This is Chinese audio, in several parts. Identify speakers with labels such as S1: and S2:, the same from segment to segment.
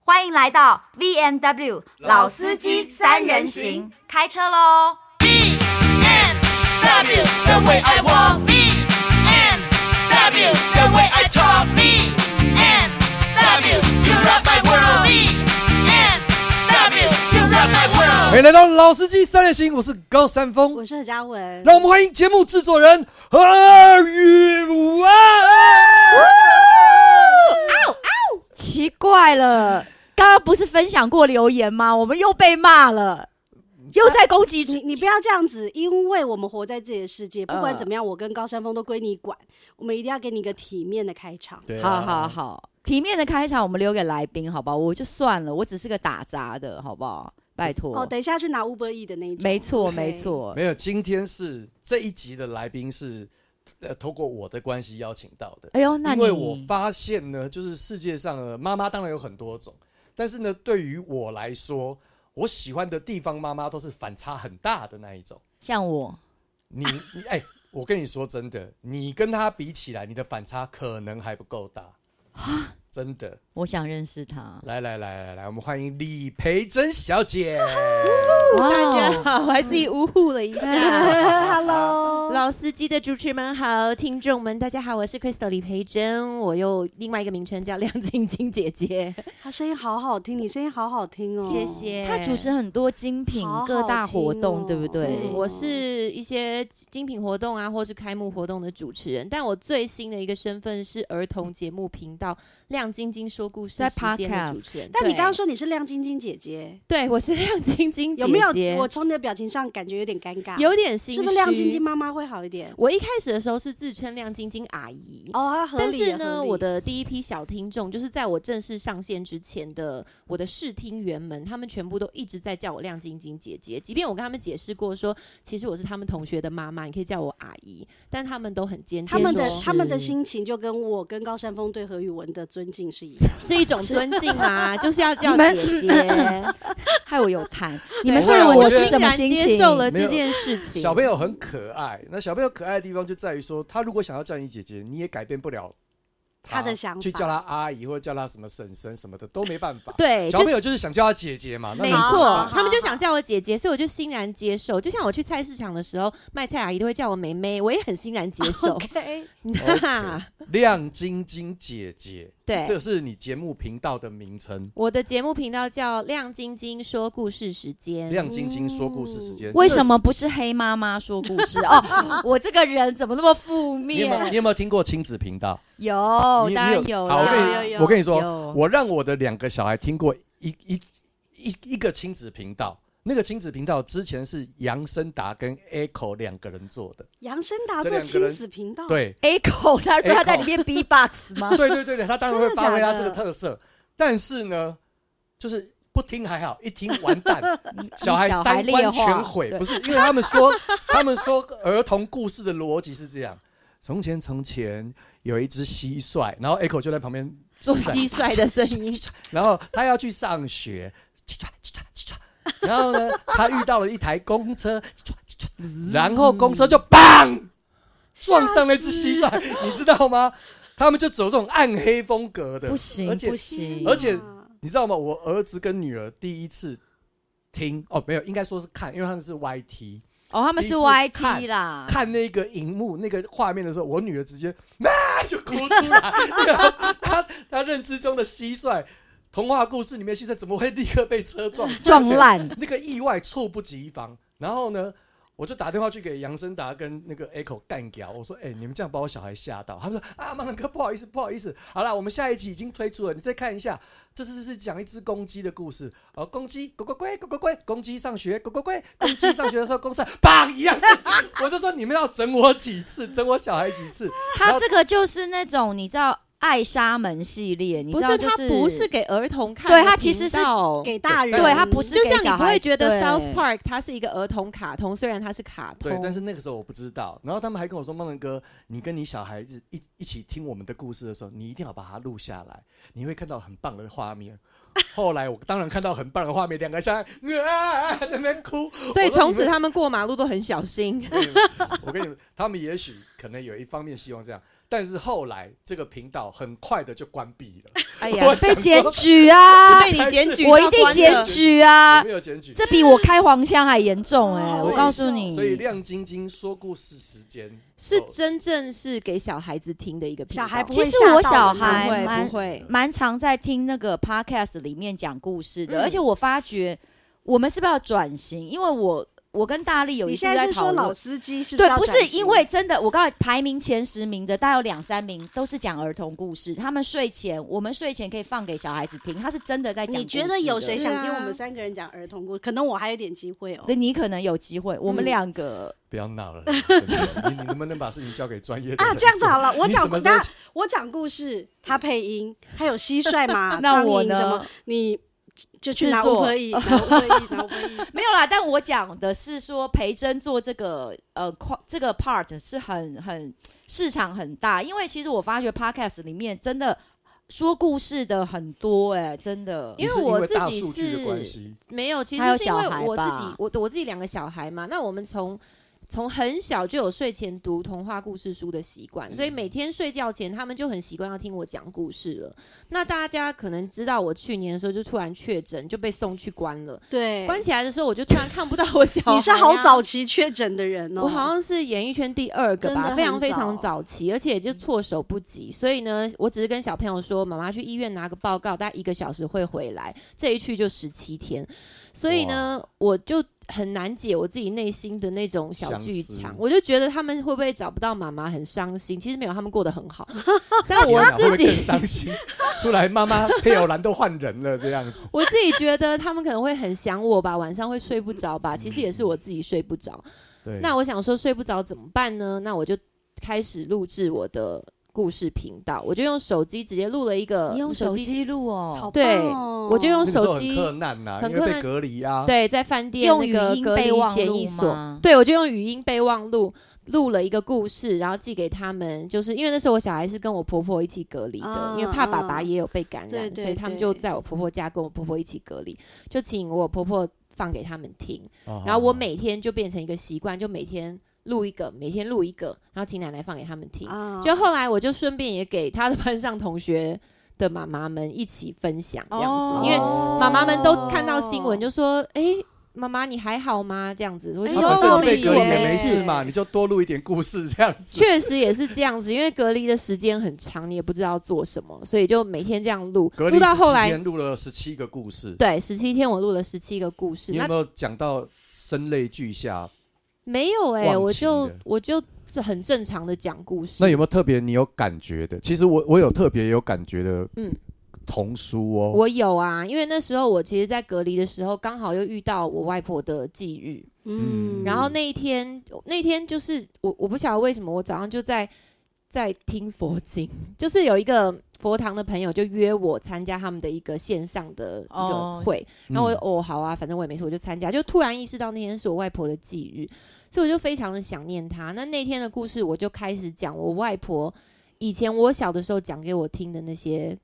S1: 欢迎来到 V N W 老司机三人行，开车喽！
S2: B and W the way I walk. B and W the way I talk. B and W you rock my world. B and W you rock my world.
S3: 欢迎来到老司机三人行，我是高山峰，
S4: 我是何嘉文。
S3: 让我们欢迎节目制作人何玉武啊！
S5: 奇怪了，刚刚不是分享过留言吗？我们又被骂了，又在攻击
S4: 你你不要这样子，因为我们活在自己的世界，不管
S5: 呃
S4: 怎么
S6: 嗯
S4: 样，我跟高山峰都归你管。我们一定要给你一个体面的开场。
S3: 对
S5: 好
S3: 啊
S5: 好，好，体面的开场我们留给来宾，好不好？我就算了，我只是个打杂的，好不好？拜托。
S4: 哦，等一下去拿 Uber E 的那一种。
S5: 没错，
S4: OK
S5: 没。错。
S3: 没有，今天是这一集的来宾是呃，透过我的关系邀请到的。
S5: 哎呦，那
S3: 因
S5: 你
S3: 为我发现呢，就是世界上的妈妈当然有很多种，但是呢，对于我来说，我喜欢的地方妈妈都是反差很大的那一种。
S5: 像我，
S3: 你你哎、我跟你说真的，你跟他比起来，你的反差可能还不够大。真的，
S5: 我想认识他。
S3: 来来来来来，我们欢迎李培珍小姐。
S5: 哇
S6: 大家
S5: 哦，
S6: 好，我还自己呜呼了 一下。
S4: Hello，
S6: 老司机的主持们好，听众们大家好，我是 Crystal 李培珍，我又另外一个名称叫亮晶晶 姐姐，
S4: 他声音好好听，你声音好好听哦。
S6: 谢。谢。
S5: 他主持很多精品
S4: 好好
S5: 各大活
S4: 听
S5: 动，
S4: 哦
S5: 对不对
S6: 对，？我是一些精品活动啊，或是开幕活动的主持人，但我最新的一个身份是儿童节目频道“亮晶晶说故事”
S5: 在
S6: 时间
S5: Podcast
S6: 的主持人。
S4: 但你
S6: 对
S4: 刚刚，说你是亮晶晶姐姐，
S6: 对我是亮晶晶姐姐，
S4: 有没有？我从你的表情上感觉有点尴尬。，
S6: 有点心虚？
S4: 是不是亮晶晶？妈妈会好一点？
S6: 我一开始的时候是自称亮晶晶阿姨
S4: 哦，啊合理。
S6: 但是呢，
S4: 合理
S6: 我的第一批小听众，就是在我正式上线之前的我的试听员们，他们全部都一直在叫我亮晶晶姐姐。即便我跟他们解释过说，其实我是他们同学的妈妈，你可以叫我阿姨，但他们都很坚持
S4: 他
S6: 说，
S4: 们的
S5: 说
S4: 他们的心情就跟我跟高山峰对何宇文的尊敬是一样。
S6: 是一种尊敬嘛，就是要叫
S5: 你们
S6: 姐姐。
S5: 害我有痰。 你
S6: 你
S5: 们
S3: 不会
S5: 对
S3: 啊我
S5: 我
S3: 觉得
S5: 是什么心
S6: 接
S5: 情？
S6: 受了这件事情，
S3: 小朋友很可爱，那小朋友可爱的地方就在于说，他如果想要叫你姐姐，你也改变不了
S4: 他的想法
S3: 去叫他阿姨或者叫他什么婶婶什么的都没办法。
S6: 对，
S3: 小
S6: 就
S3: 朋
S6: 是
S3: 友就是想叫他姐姐嘛，那
S6: 没
S3: 你
S4: 好好
S6: 错
S4: 好，
S6: 他们就想叫我姐姐，所以我就欣然接受。就像我去菜市场的时候，卖菜阿姨都会叫我妹妹，我也很欣然接受。
S4: OK，
S6: 那
S3: 亮晶晶姐姐，
S6: 对
S3: 这是你节目频道的名称。
S6: 我的节目频道叫亮晶晶说故事时间。
S3: 亮晶晶说故事时间，
S5: 为什么不是黑妈妈说故事？哦，我这个人怎么那么负
S3: 这是？你有
S5: 面
S3: 没？有你有没有听过亲子频道？
S5: 有，
S3: 你
S5: 哦当然
S3: 你
S5: 有
S3: 好，我
S5: 啦。
S3: 跟你
S4: 有有
S3: 我跟你说
S5: 有，
S3: 我让我的两个小孩听过一一一一个亲子频道，那个亲子频道之前是杨森达跟 Echo 两个人做的，
S4: 杨森达
S3: 这
S4: 做
S3: 两个人
S4: 亲子频
S5: 哦
S4: 道，
S3: 对
S5: Echo，他说他在里面 B box 吗？
S3: 对对对对，他当然会
S4: 真的
S3: 发挥
S4: 假
S3: 他
S4: 的
S3: 这个特色，但是呢，就是。不听还好，一听完蛋，
S5: 你
S3: 小孩三观全毁。
S5: 劣化
S3: 不是因为他们说， 他们说儿童故事的逻辑是这样：从前从前有一只蟋蟀，然后 Echo 就在旁边
S6: 做蟋蟀的声音，
S3: 然后他要去上学， 叽唰叽唰叽唰，然后呢，他遇到了一台公车，叽唰叽唰，然后公车就砰撞上那只蟋蟀，你知道吗？他们就走这种暗黑风格的，
S5: 不行
S3: 而且
S5: 不行
S4: 天哪
S3: 而且
S4: 嗯
S3: 你知道吗？我儿子跟女儿第一次听哦，没有，应该说是看，因为他们是 YT
S5: 哦，他们是
S3: 第一次看
S5: YT 啦。
S3: 看那个荧幕那个画面的时候，我女儿直接啊就哭出来， 然后她她认知中的蟋蟀。童话故事里面，蟋蟀怎么会立刻被车撞
S5: 撞？ 烂，
S3: 那个意外猝不及防。然后呢，我就打电话去给杨森达跟那个 Echo 干掉，我说：“哎、你们这样把我小孩吓到。”他们说：“啊，马龙哥，不好意思，不好意思。好啦，我们下一集已经推出了，你再看一下。这次是讲一只公鸡的故事。哦，公鸡，咕咕龟，咕咕龟，公鸡上学，咕咕龟，公鸡上学的时候，公车砰一样是。我就说你们要整我几次，整我小孩几次。
S5: 他这个就是那种你知道爱沙门系列，你
S6: 不
S5: 知道
S6: 是
S5: 就
S6: 它不是给儿童看的
S5: 对
S6: 频道，
S5: 它其实是
S4: 给大人，
S5: 对他不是
S6: 就像
S5: 给小
S6: 你不
S5: 孩
S6: 会觉得
S5: 对
S6: South Park 它是一个儿童卡通，虽然它是卡通，
S3: 对，但是那个时候我不知道。然后他们还跟我说：“梦龙哥，你跟你小孩子一一起听我们的故事的时候，你一定要把它录下来，你会看到很棒的 画面。”后来我当然看到很棒的画面，两个小孩啊在那边哭，
S6: 所以
S3: 我说
S6: 从此
S3: 你们
S6: 他们过马路都很小心。
S3: 我跟你们，他们也许可能有一方面希望这样，但是后来这个频道很快的就关闭了，
S6: 哎
S3: 我
S6: 呀，
S3: 想
S5: 被
S3: 说
S5: 检举啊！
S6: 是被你检举，
S5: 我一定检。举啊
S3: 有！没有检举？
S5: 这比我开黄腔还严重哎、
S3: 哦
S5: 我告诉你，
S3: 所以亮晶晶说故事时间
S6: 是
S3: 哦
S6: 真正是给小孩子听的一个频道
S4: 小孩不
S5: 其
S4: 会
S5: 实
S4: 吓到
S5: 我
S4: 的
S5: 小
S4: 吗
S6: 不
S5: 孩
S6: 会
S5: 蛮
S6: 不会，
S5: 蛮常在听那个 podcast 里面讲故事
S4: 嗯
S5: 的，而且我发觉我们是不是要转型？因为我我跟大力有一
S4: 你
S5: 次
S4: 现在
S5: 在
S4: 是
S5: 讨
S4: 说老
S5: 论。
S4: 司机是
S5: 对，
S4: 要
S5: 不是
S4: 转型
S5: 因为真的，我告诉你，排名前十名的，大概有两三名都是讲儿童故事。他们睡前，我们睡前可以放给小孩子听，他是真的在讲。
S4: 你觉得有谁
S6: 是
S4: 想听
S6: 啊
S4: 我们三个人讲儿童故事？可能我还有点机会哦
S5: 对，。你可能有机会，我们
S4: 嗯
S5: 两个、
S3: 不要闹了，真的你你能不能把事情交给专业 的
S4: 啊，
S3: 人
S4: 这样子好了，我
S3: 你
S4: 讲
S3: 什么
S4: 大
S3: 都
S4: 家我讲故事，他配音，他有蟋蟀 嘛，
S5: 那
S4: 苍
S5: 我
S4: 蝇
S5: 呢
S4: 啊什么，你就去拿
S5: 制作
S4: 乌龟，拿乌龟，拿乌龟。
S5: 没有啦。但我讲的是说，培珍做这个呃跨这个 part 是很很市场很大，因为其实我发觉 podcast 里面真的说故事的很多哎、真的。
S3: 你
S6: 因为
S3: 是因
S6: 我
S3: 为
S6: 自
S3: 大
S6: 己
S3: 数据的
S6: 是
S3: 关系，
S6: 没有，其实
S5: 还有
S6: 是因为
S5: 小孩
S6: 我自
S5: 吧
S6: 己，我我自己两个小孩嘛，那我们从。从很小就有睡前读童话故事书的习惯，所以每天睡觉前他们就很习惯要听我讲故事了。那大家可能知道，我去年的时候就突然确诊，就被送去关了。
S4: 对，
S6: 关起来的时候，我就突然看不到我小孩、
S4: 你是好早，期确诊的人哦。
S6: 我好像是演艺圈第二个
S4: 真的
S6: 吧，
S4: 很
S6: 非常非常
S4: 早
S6: 早期，而且也就
S3: 嗯
S6: 措手不及。所以呢，我只是跟小朋友说，妈妈去医院拿个报告，大概一个小时会回来。这一去就十七天，所以呢，我就很难解我自己内心的那种小
S3: 相
S6: 剧
S3: 思
S6: 场。我就觉得他们会不会找不到妈妈，很伤心。其实没有，他们过得 很好。但啊我
S3: 天哪会不会
S6: 自
S3: 更
S6: 己，
S3: 伤心。出来妈妈配偶栏都换人了，这样子。
S6: 我自己觉得他们可能会很想我吧，晚上会睡不着吧。其实也是我自己睡不着。
S3: 对，
S6: 那我想说睡不着怎么办呢？那我就开始录制我的故事频道，我就用手机直接录了一个，
S5: 你用呃手
S6: 机，
S5: 机录哦
S4: 好，
S6: 对
S4: 棒哦
S6: 我就用
S3: 那个时候
S6: 手
S3: 很
S6: 机，
S3: 困难呐，
S6: 很
S3: 因为
S6: 困
S3: 被
S6: 难
S3: 隔离啊。
S6: 对，在饭店
S5: 用
S6: 那
S5: 语
S6: 个
S5: 音
S6: 隔
S5: 备
S6: 离
S5: 忘
S6: 检
S5: 录
S6: 疫所，
S5: 吗？
S6: 对我就用语音备忘录录了一个故事，然后寄给他们，就是因为那时候我小孩是跟我婆婆一起隔离的，
S4: 啊
S6: 因为怕爸
S4: 啊
S6: 爸也有被感染，
S4: 对对
S6: 所以他们就
S4: 对
S6: 在我婆婆家跟我婆婆一起隔离，就请我婆婆放给他们听。
S3: 哦
S6: 然后我每天就变成一个习惯，就每天录一个，每天录一个，然后请奶奶放给他们听。
S4: 啊
S6: 就后来我就顺便也给他的班上同学的妈妈们一起分享这样子，
S5: 哦
S6: 因为妈妈们都看到新闻
S4: 哦
S6: 就说：“哎、妈妈你还好吗？”这样子，我就
S4: 哎
S3: 他
S6: 说：“
S4: 呦
S3: 本身有
S6: 哦
S4: 我
S3: 被
S4: 理
S3: 隔离
S6: 我
S3: 也
S4: 解
S3: 没事
S4: 耶
S3: 嘛，你就多录一点故事这样子。
S6: 确实也是这样子，因为隔离的时间很长，你也不知道做什么，所以就每天这样录，
S3: 隔离
S6: 录到后
S3: 17
S6: 来
S3: 天，录了十七个故事，
S6: 对，十七天我录了十七个故事，
S3: 你
S6: 那
S3: 有没有讲到声泪俱下？
S6: 没有哎、
S3: 忘
S6: 我
S3: 情
S6: 就
S3: 的
S6: 我就是很正常的讲故事。
S3: 那有没有特别你有感觉的？其实我我有特别有感觉的，嗯
S6: 嗯，
S3: 童书哦，
S6: 我有啊，因为那时候我其实，在隔离的时候，刚好又遇到我外婆的忌日，
S4: 嗯，
S6: 然后那一天，那天就是我，我不晓得为什么，我早上就在在听佛经，就是有一个佛堂的朋友就约我参加他们的一个线上的一个
S5: 哦
S6: 会，然后我
S3: 嗯
S6: 就哦好啊，反正我也没事，我就参加。就突然意识到那天是我外婆的忌日，所以我就非常的想念她。那那天的故事，我就开始讲我外婆以前我小的时候讲给我听的那些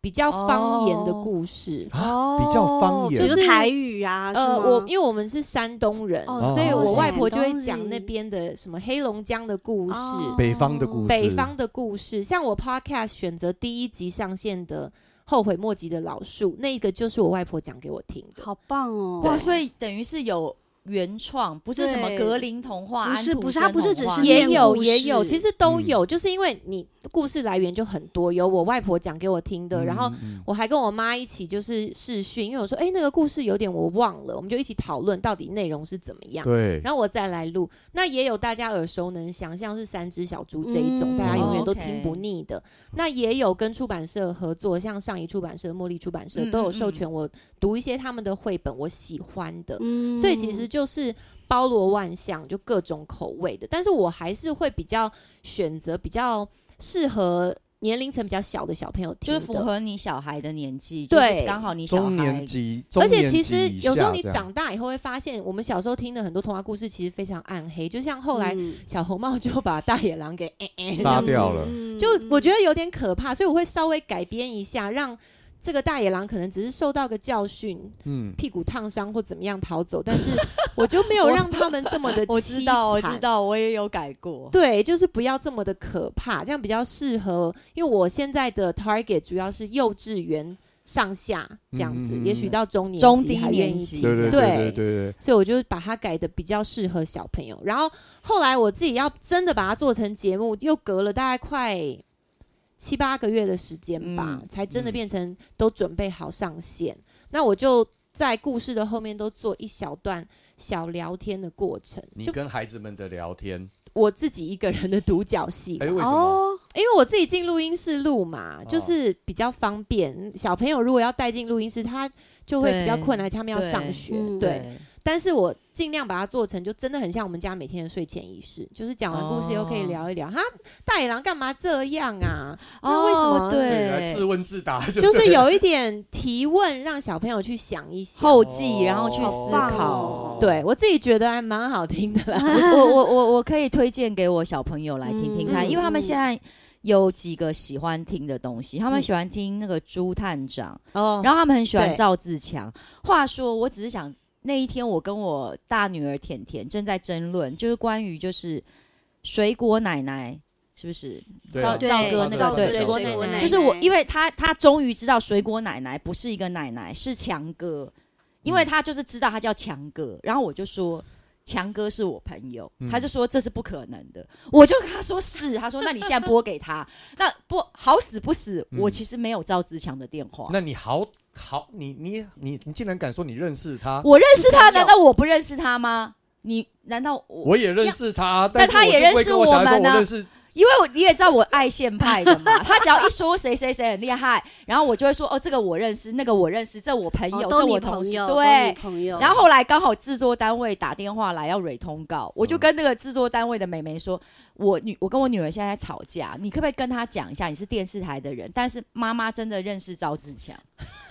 S6: 比较方言的
S5: 哦
S6: 故事。
S3: 啊比较方言，
S4: 就是
S6: 就是
S4: 台语啊，是
S6: 呃，
S4: 吗
S6: 我因为我们是山东人，
S4: 哦
S6: 所以我
S3: 哦
S6: 外婆就会
S4: 山东
S6: 讲
S4: 人
S6: 那边的什么黑龙江的故事、
S4: 哦
S3: 北方
S5: 嗯
S3: 的故事，
S6: 北方的故事。像我 podcast 选择第一集上线的《后悔莫及的老树》，那个就是我外婆讲给我听的。
S4: 好棒哦，
S5: 哇，所以等于是有原创，不是什么
S4: 对
S5: 格林童话，
S4: 不是
S5: 安徒
S4: 不是
S5: 生
S4: 它不是
S5: 童
S4: 只
S5: 话
S4: 是
S6: 哦也
S4: 念
S6: 有
S4: 故
S6: 也有，
S4: 事
S6: 其实都有，就是因为你故事来源就很多，有我外婆讲给我听的，然后
S3: 嗯。嗯嗯
S6: 我还跟我妈一起就是视讯，因为我说哎、诶那个故事有点我忘了，我们就一起讨论到底内容是怎么样。
S3: 对，
S6: 然后我再来录，那也有大家耳熟能详，像是三只小猪这一种，
S4: 嗯
S6: 大家永远都
S5: OK
S6: 听不腻的。那也有跟出版社合作，像上一出版社、茉莉出版社
S5: 嗯
S6: 都有
S5: 嗯
S6: 授
S5: 嗯
S6: 权我读一些他们的绘本，我喜欢的。
S4: 嗯
S6: 所以其实就是包罗万象，就各种口味的。但是我还是会比较选择比较适合年龄层比较小的小朋友听
S5: 就
S6: 的，
S5: 是符合你小孩的年纪，就是
S6: 对
S5: 刚好你小
S3: 中
S5: 孩
S3: 年级，
S6: 而且
S3: 中年
S6: 其实
S3: 级以
S6: 有时候
S3: 下
S6: 你
S3: 这样
S6: 长大以后会发现，我们小时候听的很多童话故事其实非常暗黑，就像后来
S4: 嗯
S6: 小红帽就把大野狼给、
S3: 杀掉了，
S4: 嗯
S6: 就我觉
S4: 得
S6: 得有点可怕，所以我会稍微改编一下，让这个大野狼可能只是受到个教训，
S3: 嗯，
S6: 屁股烫伤或怎么样逃走，但是我就没有让他们这么的
S5: 我知道，我
S6: 凄惨
S5: 知。道，我也有改过。
S6: 对，就是不要这么的可怕，这样比较适合。因为我现在的 target 主要是幼稚园上下这样子，
S3: 嗯嗯嗯
S6: 也许到中年
S5: 中
S6: 级
S5: 低
S6: 还愿
S5: 年
S6: 意
S5: 级
S6: 听
S3: 对对对对对
S6: 对
S3: 对，
S6: 所以我就把它改的比较适合小朋友。然后后来我自己要真的把它做成节目，又隔了大概快七八个月的时间吧，
S5: 嗯
S6: 才真的
S3: 嗯
S6: 变成都准备好上线。那我就在故事的后面都做一小段小聊天的过程，
S3: 你
S6: 就
S3: 跟孩子们的聊天，
S6: 我自己一个人的独角戏。
S3: 哎，为什么？
S4: 哦，
S6: 因为我自己进录音室录嘛，
S3: 哦
S6: 就是比较方便。小朋友如果要带进录音室，他就会比较困难，而且他们要
S5: 对
S6: 上学，
S4: 嗯
S6: 对。但是我尽量把它做成，就真的很像我们家每天的睡前仪式，就是讲完故事又可
S5: 哦
S6: 以聊一聊，哈、大野狼干嘛这样 啊？那为什么
S5: 哦
S3: 对来自
S5: 对
S3: 问自答，就
S6: 就是有一点提问，让小朋友去想一想。
S5: 后记，然后
S3: 哦
S5: 去思
S4: 棒
S5: 考。
S4: 哦
S6: 对我自己觉得还蛮好听的 啦。
S5: 我我我我可以推荐给我小朋友来听听看，
S6: 嗯
S5: 因为他们
S6: 嗯
S5: 现在有几个喜欢听的东西，他们
S6: 嗯
S5: 喜欢听那个朱探长，
S6: 哦，
S5: 然后他们很喜欢
S6: 对
S5: 赵自强。话说，我只是想那一天我跟我大女儿甜甜正在争论，就是关于就是水果奶奶是不是？
S3: 对啊
S5: 赵赵
S4: 哦
S5: 哥那个对
S4: 水
S6: 果
S4: 奶
S6: 奶奶
S5: 就是我，因
S4: 为
S5: 为他他终于知道水果奶奶不是一个奶奶，是强哥，因
S3: 嗯
S5: 为他就是知道他叫强哥，然后我就说。强哥是我朋友，
S3: 嗯
S5: 他就说这是不可能的，我就跟他说是，他说那你现在拨给他，那不好死不死，
S3: 嗯
S5: 我其实没有赵自强的电话，
S3: 那你好好，你你你你竟然敢说你认识他？
S5: 我认识他，
S6: 朋
S5: 难
S6: 友
S5: 道我不认识他吗？你难道我？
S3: 我也认识他，啊
S5: 但
S3: 是
S5: 他
S3: 我
S5: 也
S3: 就不会
S5: 认识
S3: 跟我小孩说
S5: 我们啊
S3: 我认识
S5: 因为我你也知道我爱现派的嘛，他只要一说谁谁谁很厉害，然后我就会说哦，这个我认识，那个我认识，这我朋友，这
S4: 哦都
S5: 我
S4: 你
S5: 同
S4: 朋
S5: 事，
S4: 友，
S5: 对
S4: 都你，朋友，
S5: 然后后来刚好制作单位打电话来要蕊通告，我
S4: 嗯
S5: 就跟那个制作单位的美眉说，我女我跟我女儿现在在吵架，你可不可以跟她讲一下，你是电视台的人，但是妈妈真的认识赵志强，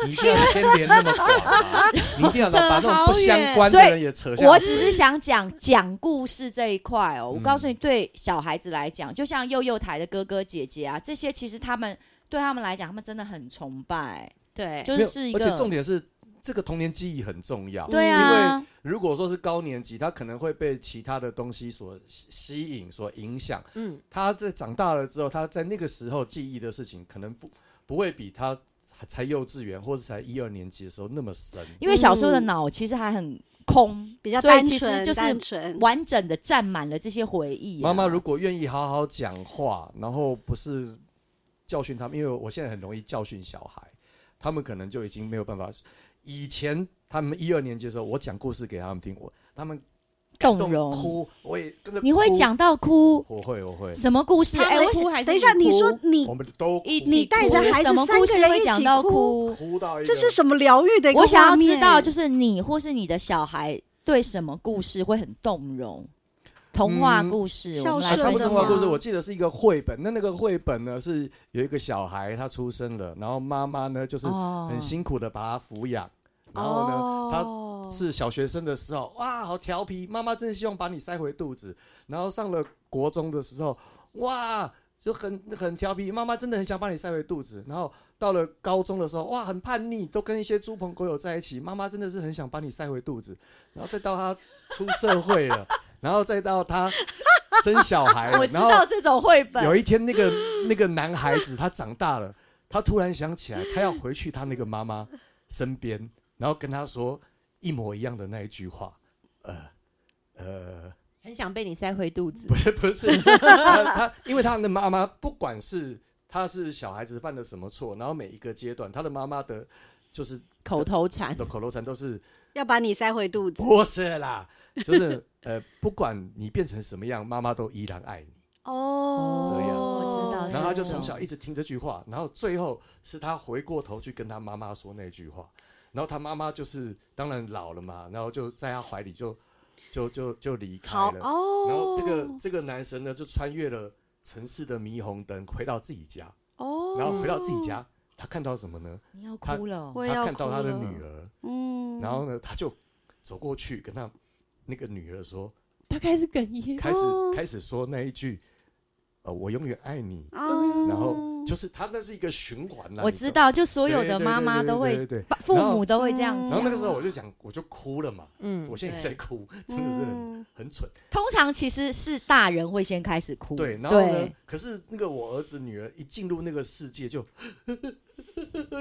S3: 你一定要牵连那么广、啊，你一 定要把那种不相关的人也扯下
S5: 我
S3: 去。
S5: 只是想讲讲故事这一块哦。我告诉你，对小孩子来讲，就像幼幼台的哥哥姐姐啊，这些其实他们对他们来讲，他们真的很崇拜，
S6: 对，
S5: 就
S3: 没
S5: 是是
S3: 有
S5: 一
S3: 而且重
S5: 个
S3: 点是这个童年记忆很重要。
S5: 对啊，
S3: 如果说是高年级，他可能会被其他的东西所吸吸引、所影响。
S6: 嗯，
S3: 他在长大了之后，他在那个时候记忆的事情，可能不不会比他才幼稚园或者才一二年级的时候那么深。
S5: 因为小时候的脑其实还很空，
S4: 比较
S5: 所以
S4: 单
S5: 其实
S4: 纯，
S5: 就是
S4: 单纯，
S5: 完整的占满了这些回忆、啊。
S3: 妈妈如果愿意好好讲话，然后不是教训他们，因为我现在很容易教训小孩，他们可能就已经没有办法。以前他们一二年级的时候，我讲故事给他们听，我他们
S5: 动容，
S3: 哭，我也跟着
S5: 你会
S3: 哭？
S5: 讲到哭，
S3: 我会，我会，
S5: 什么故事？
S6: 他
S5: 哎、
S6: 们
S5: 我
S6: 哭
S5: 想
S6: 还是
S4: 等一下，你
S6: 哭
S4: 说你
S3: 我们都哭
S6: 一起
S4: 你带
S6: 哭
S4: 着
S5: 是
S4: 孩
S5: 什
S4: 子
S5: 么
S4: 三
S5: 故
S4: 个
S5: 事
S4: 人
S5: 会
S4: 一
S5: 讲
S4: 起
S5: 到
S4: 哭，
S5: 哭？
S3: 哭到一个
S4: 这是什么疗愈的一个
S5: 我想要
S4: 画面
S5: 知道，就是你或是你的小孩对什么故事会很动容？童话故事，
S4: 嗯
S5: 我们来
S4: 孝顺
S3: 他
S5: 分
S3: 不是
S4: 的
S3: 童话
S4: 吗
S3: 故事，
S5: 享。
S3: 我记得是一个绘本。那那个绘本呢，是有一个小孩他出生了，然后妈妈呢就是
S5: 哦
S3: 很辛苦的把他抚养，然后呢他
S4: 哦
S3: 是小学生的时候，哇，好调皮，妈妈真希望把你塞回肚子。然后上了国中的时候，哇，就很很调皮，妈妈真的很想把你塞回肚子。然后到了高中的时候，哇，很叛逆，都跟一些猪朋狗友在一起，妈妈真的是很想把你塞回肚子。然后再到他出社会 了，然后再到他生小孩了，
S5: 我知
S3: 然后
S5: 道这种绘本，
S3: 有一天，那个 那个男孩子他长大了，他突然想起来，他要回去他那个妈妈身边，然后跟他说一模一样的那一句话，呃呃，
S6: 很想被你塞回肚子
S3: 不。是不是，他他因为他的妈妈不管是他是小孩子犯了什么错，然后每一个阶段，他的妈妈的。就是
S6: 口头 禅，
S3: 的口头禅都是
S4: 要把你塞回肚子
S3: 不是啦，就是呃，不管你变成什么样，妈妈都依然爱你。
S4: 哦，
S3: 这样
S5: 我知道
S3: 然后他就
S5: 这种
S3: 从小一直听这句话，然后最后是他回过头去跟他妈妈说那句话，然后他妈妈就是当然老了嘛，然后就在他怀里就就就就离开
S4: 好
S3: 了。
S4: 哦，
S3: 然后这个这个男生呢，就穿越了城市的霓虹灯，回到自己家，
S4: 哦，
S3: 然后回到自己家，他看到什么呢？
S5: 你要哭了哦。
S4: 我也
S3: 他
S4: 要
S3: 看到他的
S4: 哭了
S3: 女，儿，
S4: 嗯，
S3: 然后呢，他就走过去跟他那个女儿说，
S6: 他开始哽咽。
S3: 开始
S4: 哦
S3: 开始说那一句，呃，我永远爱你，
S4: 啊，
S3: 然后就是它那是一个循环呐、
S5: 我
S3: 你
S5: 知。道，就所有
S3: 对对
S5: 的
S3: 对
S5: 妈妈
S3: 对
S5: 都
S3: 对
S5: 会
S3: 对对，
S5: 爸父母都会这样
S4: 然
S3: 然
S5: 讲
S3: 后。那个时候我就讲，我就哭了嘛，
S6: 嗯
S3: 我现在也
S5: 对
S3: 在哭，真的是
S4: 嗯
S3: 很很蠢。
S5: 通常其实是大人会先开始哭，
S3: 对，然后呢？可是那个我儿子女儿一进入那个世界就，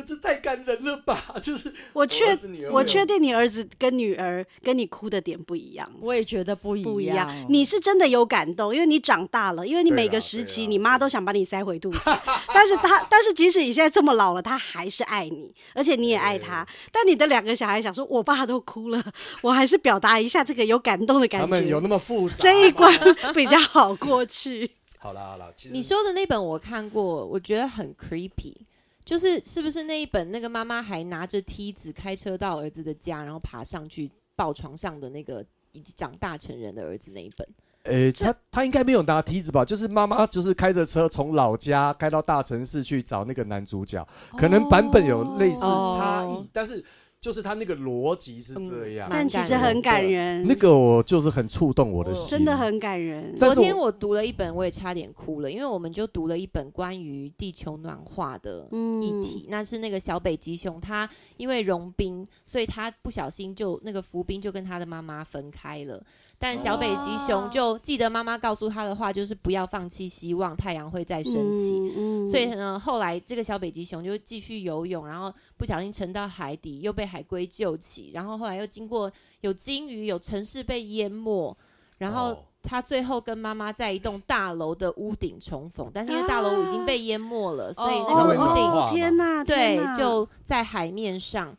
S3: 这太感人了吧！就是
S4: 我确
S3: 儿子女儿
S4: 我
S3: 会有
S4: 确定你儿子跟女儿跟你哭的点不一样。
S5: 我也觉得不一
S4: 不一
S5: 样哦
S4: 样，，你是真的有感动，因为你长大了，因为你
S3: 对
S4: 每
S3: 啦
S4: 个时
S3: 对啊
S4: 期，
S3: 啦
S4: 你妈都想把你塞回肚子， 但是她，但是即使你现在这么老了，她还是爱你，而且你也爱她。但你的两个小孩想说，我爸都哭了，我还是表达一下这个有感动的
S3: 他
S4: 感
S3: 们有
S4: 觉，
S3: 那么复杂吗。
S4: 这一关比较好过去。
S3: 好啦好啦，其实
S6: 你说的那本我看过，我觉得很 creepy，就是是不是那一本那个妈妈还拿着梯子开车到儿子的家，然后爬上去抱床上的那个已经长大成人的儿子那一本？
S3: 呃，他他应该没有拿梯子吧？就是妈妈就是开着车从老家开到大城市去找那个男主角，
S4: 哦
S3: 可能版本有类似差异，
S6: 哦
S3: 但是就是他那个逻辑是这样。
S6: 蛮
S4: 嗯但其实
S6: 感人
S4: 很感人，
S3: 那个我就是很触动我的
S5: 我
S3: 心，
S4: 真的很感人。
S3: 但
S6: 昨
S3: 是
S6: 天我读了一本，我也差点哭了，因为我们就读了一本关于地球暖化的
S4: 嗯
S6: 议题，那是那个小北极熊，它因为融冰，所以它不小心就那个浮冰就跟它的妈妈分开了。但小北极
S4: 哦
S6: 熊就记得妈妈告诉他的话，就是不要放弃希望，太阳会再升起。
S4: 嗯嗯
S6: 所以呢，后来这个小北极熊就继续游泳，然后不小心沉到海底，又被海龟救起，然后后来又经过有鲸鱼，有城市被淹没，然
S3: 哦
S6: 后他最后跟妈妈在一栋大楼的屋顶重逢，但是因为大楼已
S4: 啊
S6: 经被淹没了，所以那
S3: 因为
S6: 个
S3: 暖
S6: 屋顶
S3: 化
S4: 哦，天哪，
S6: 对
S4: 天，哪
S6: 就在海面上。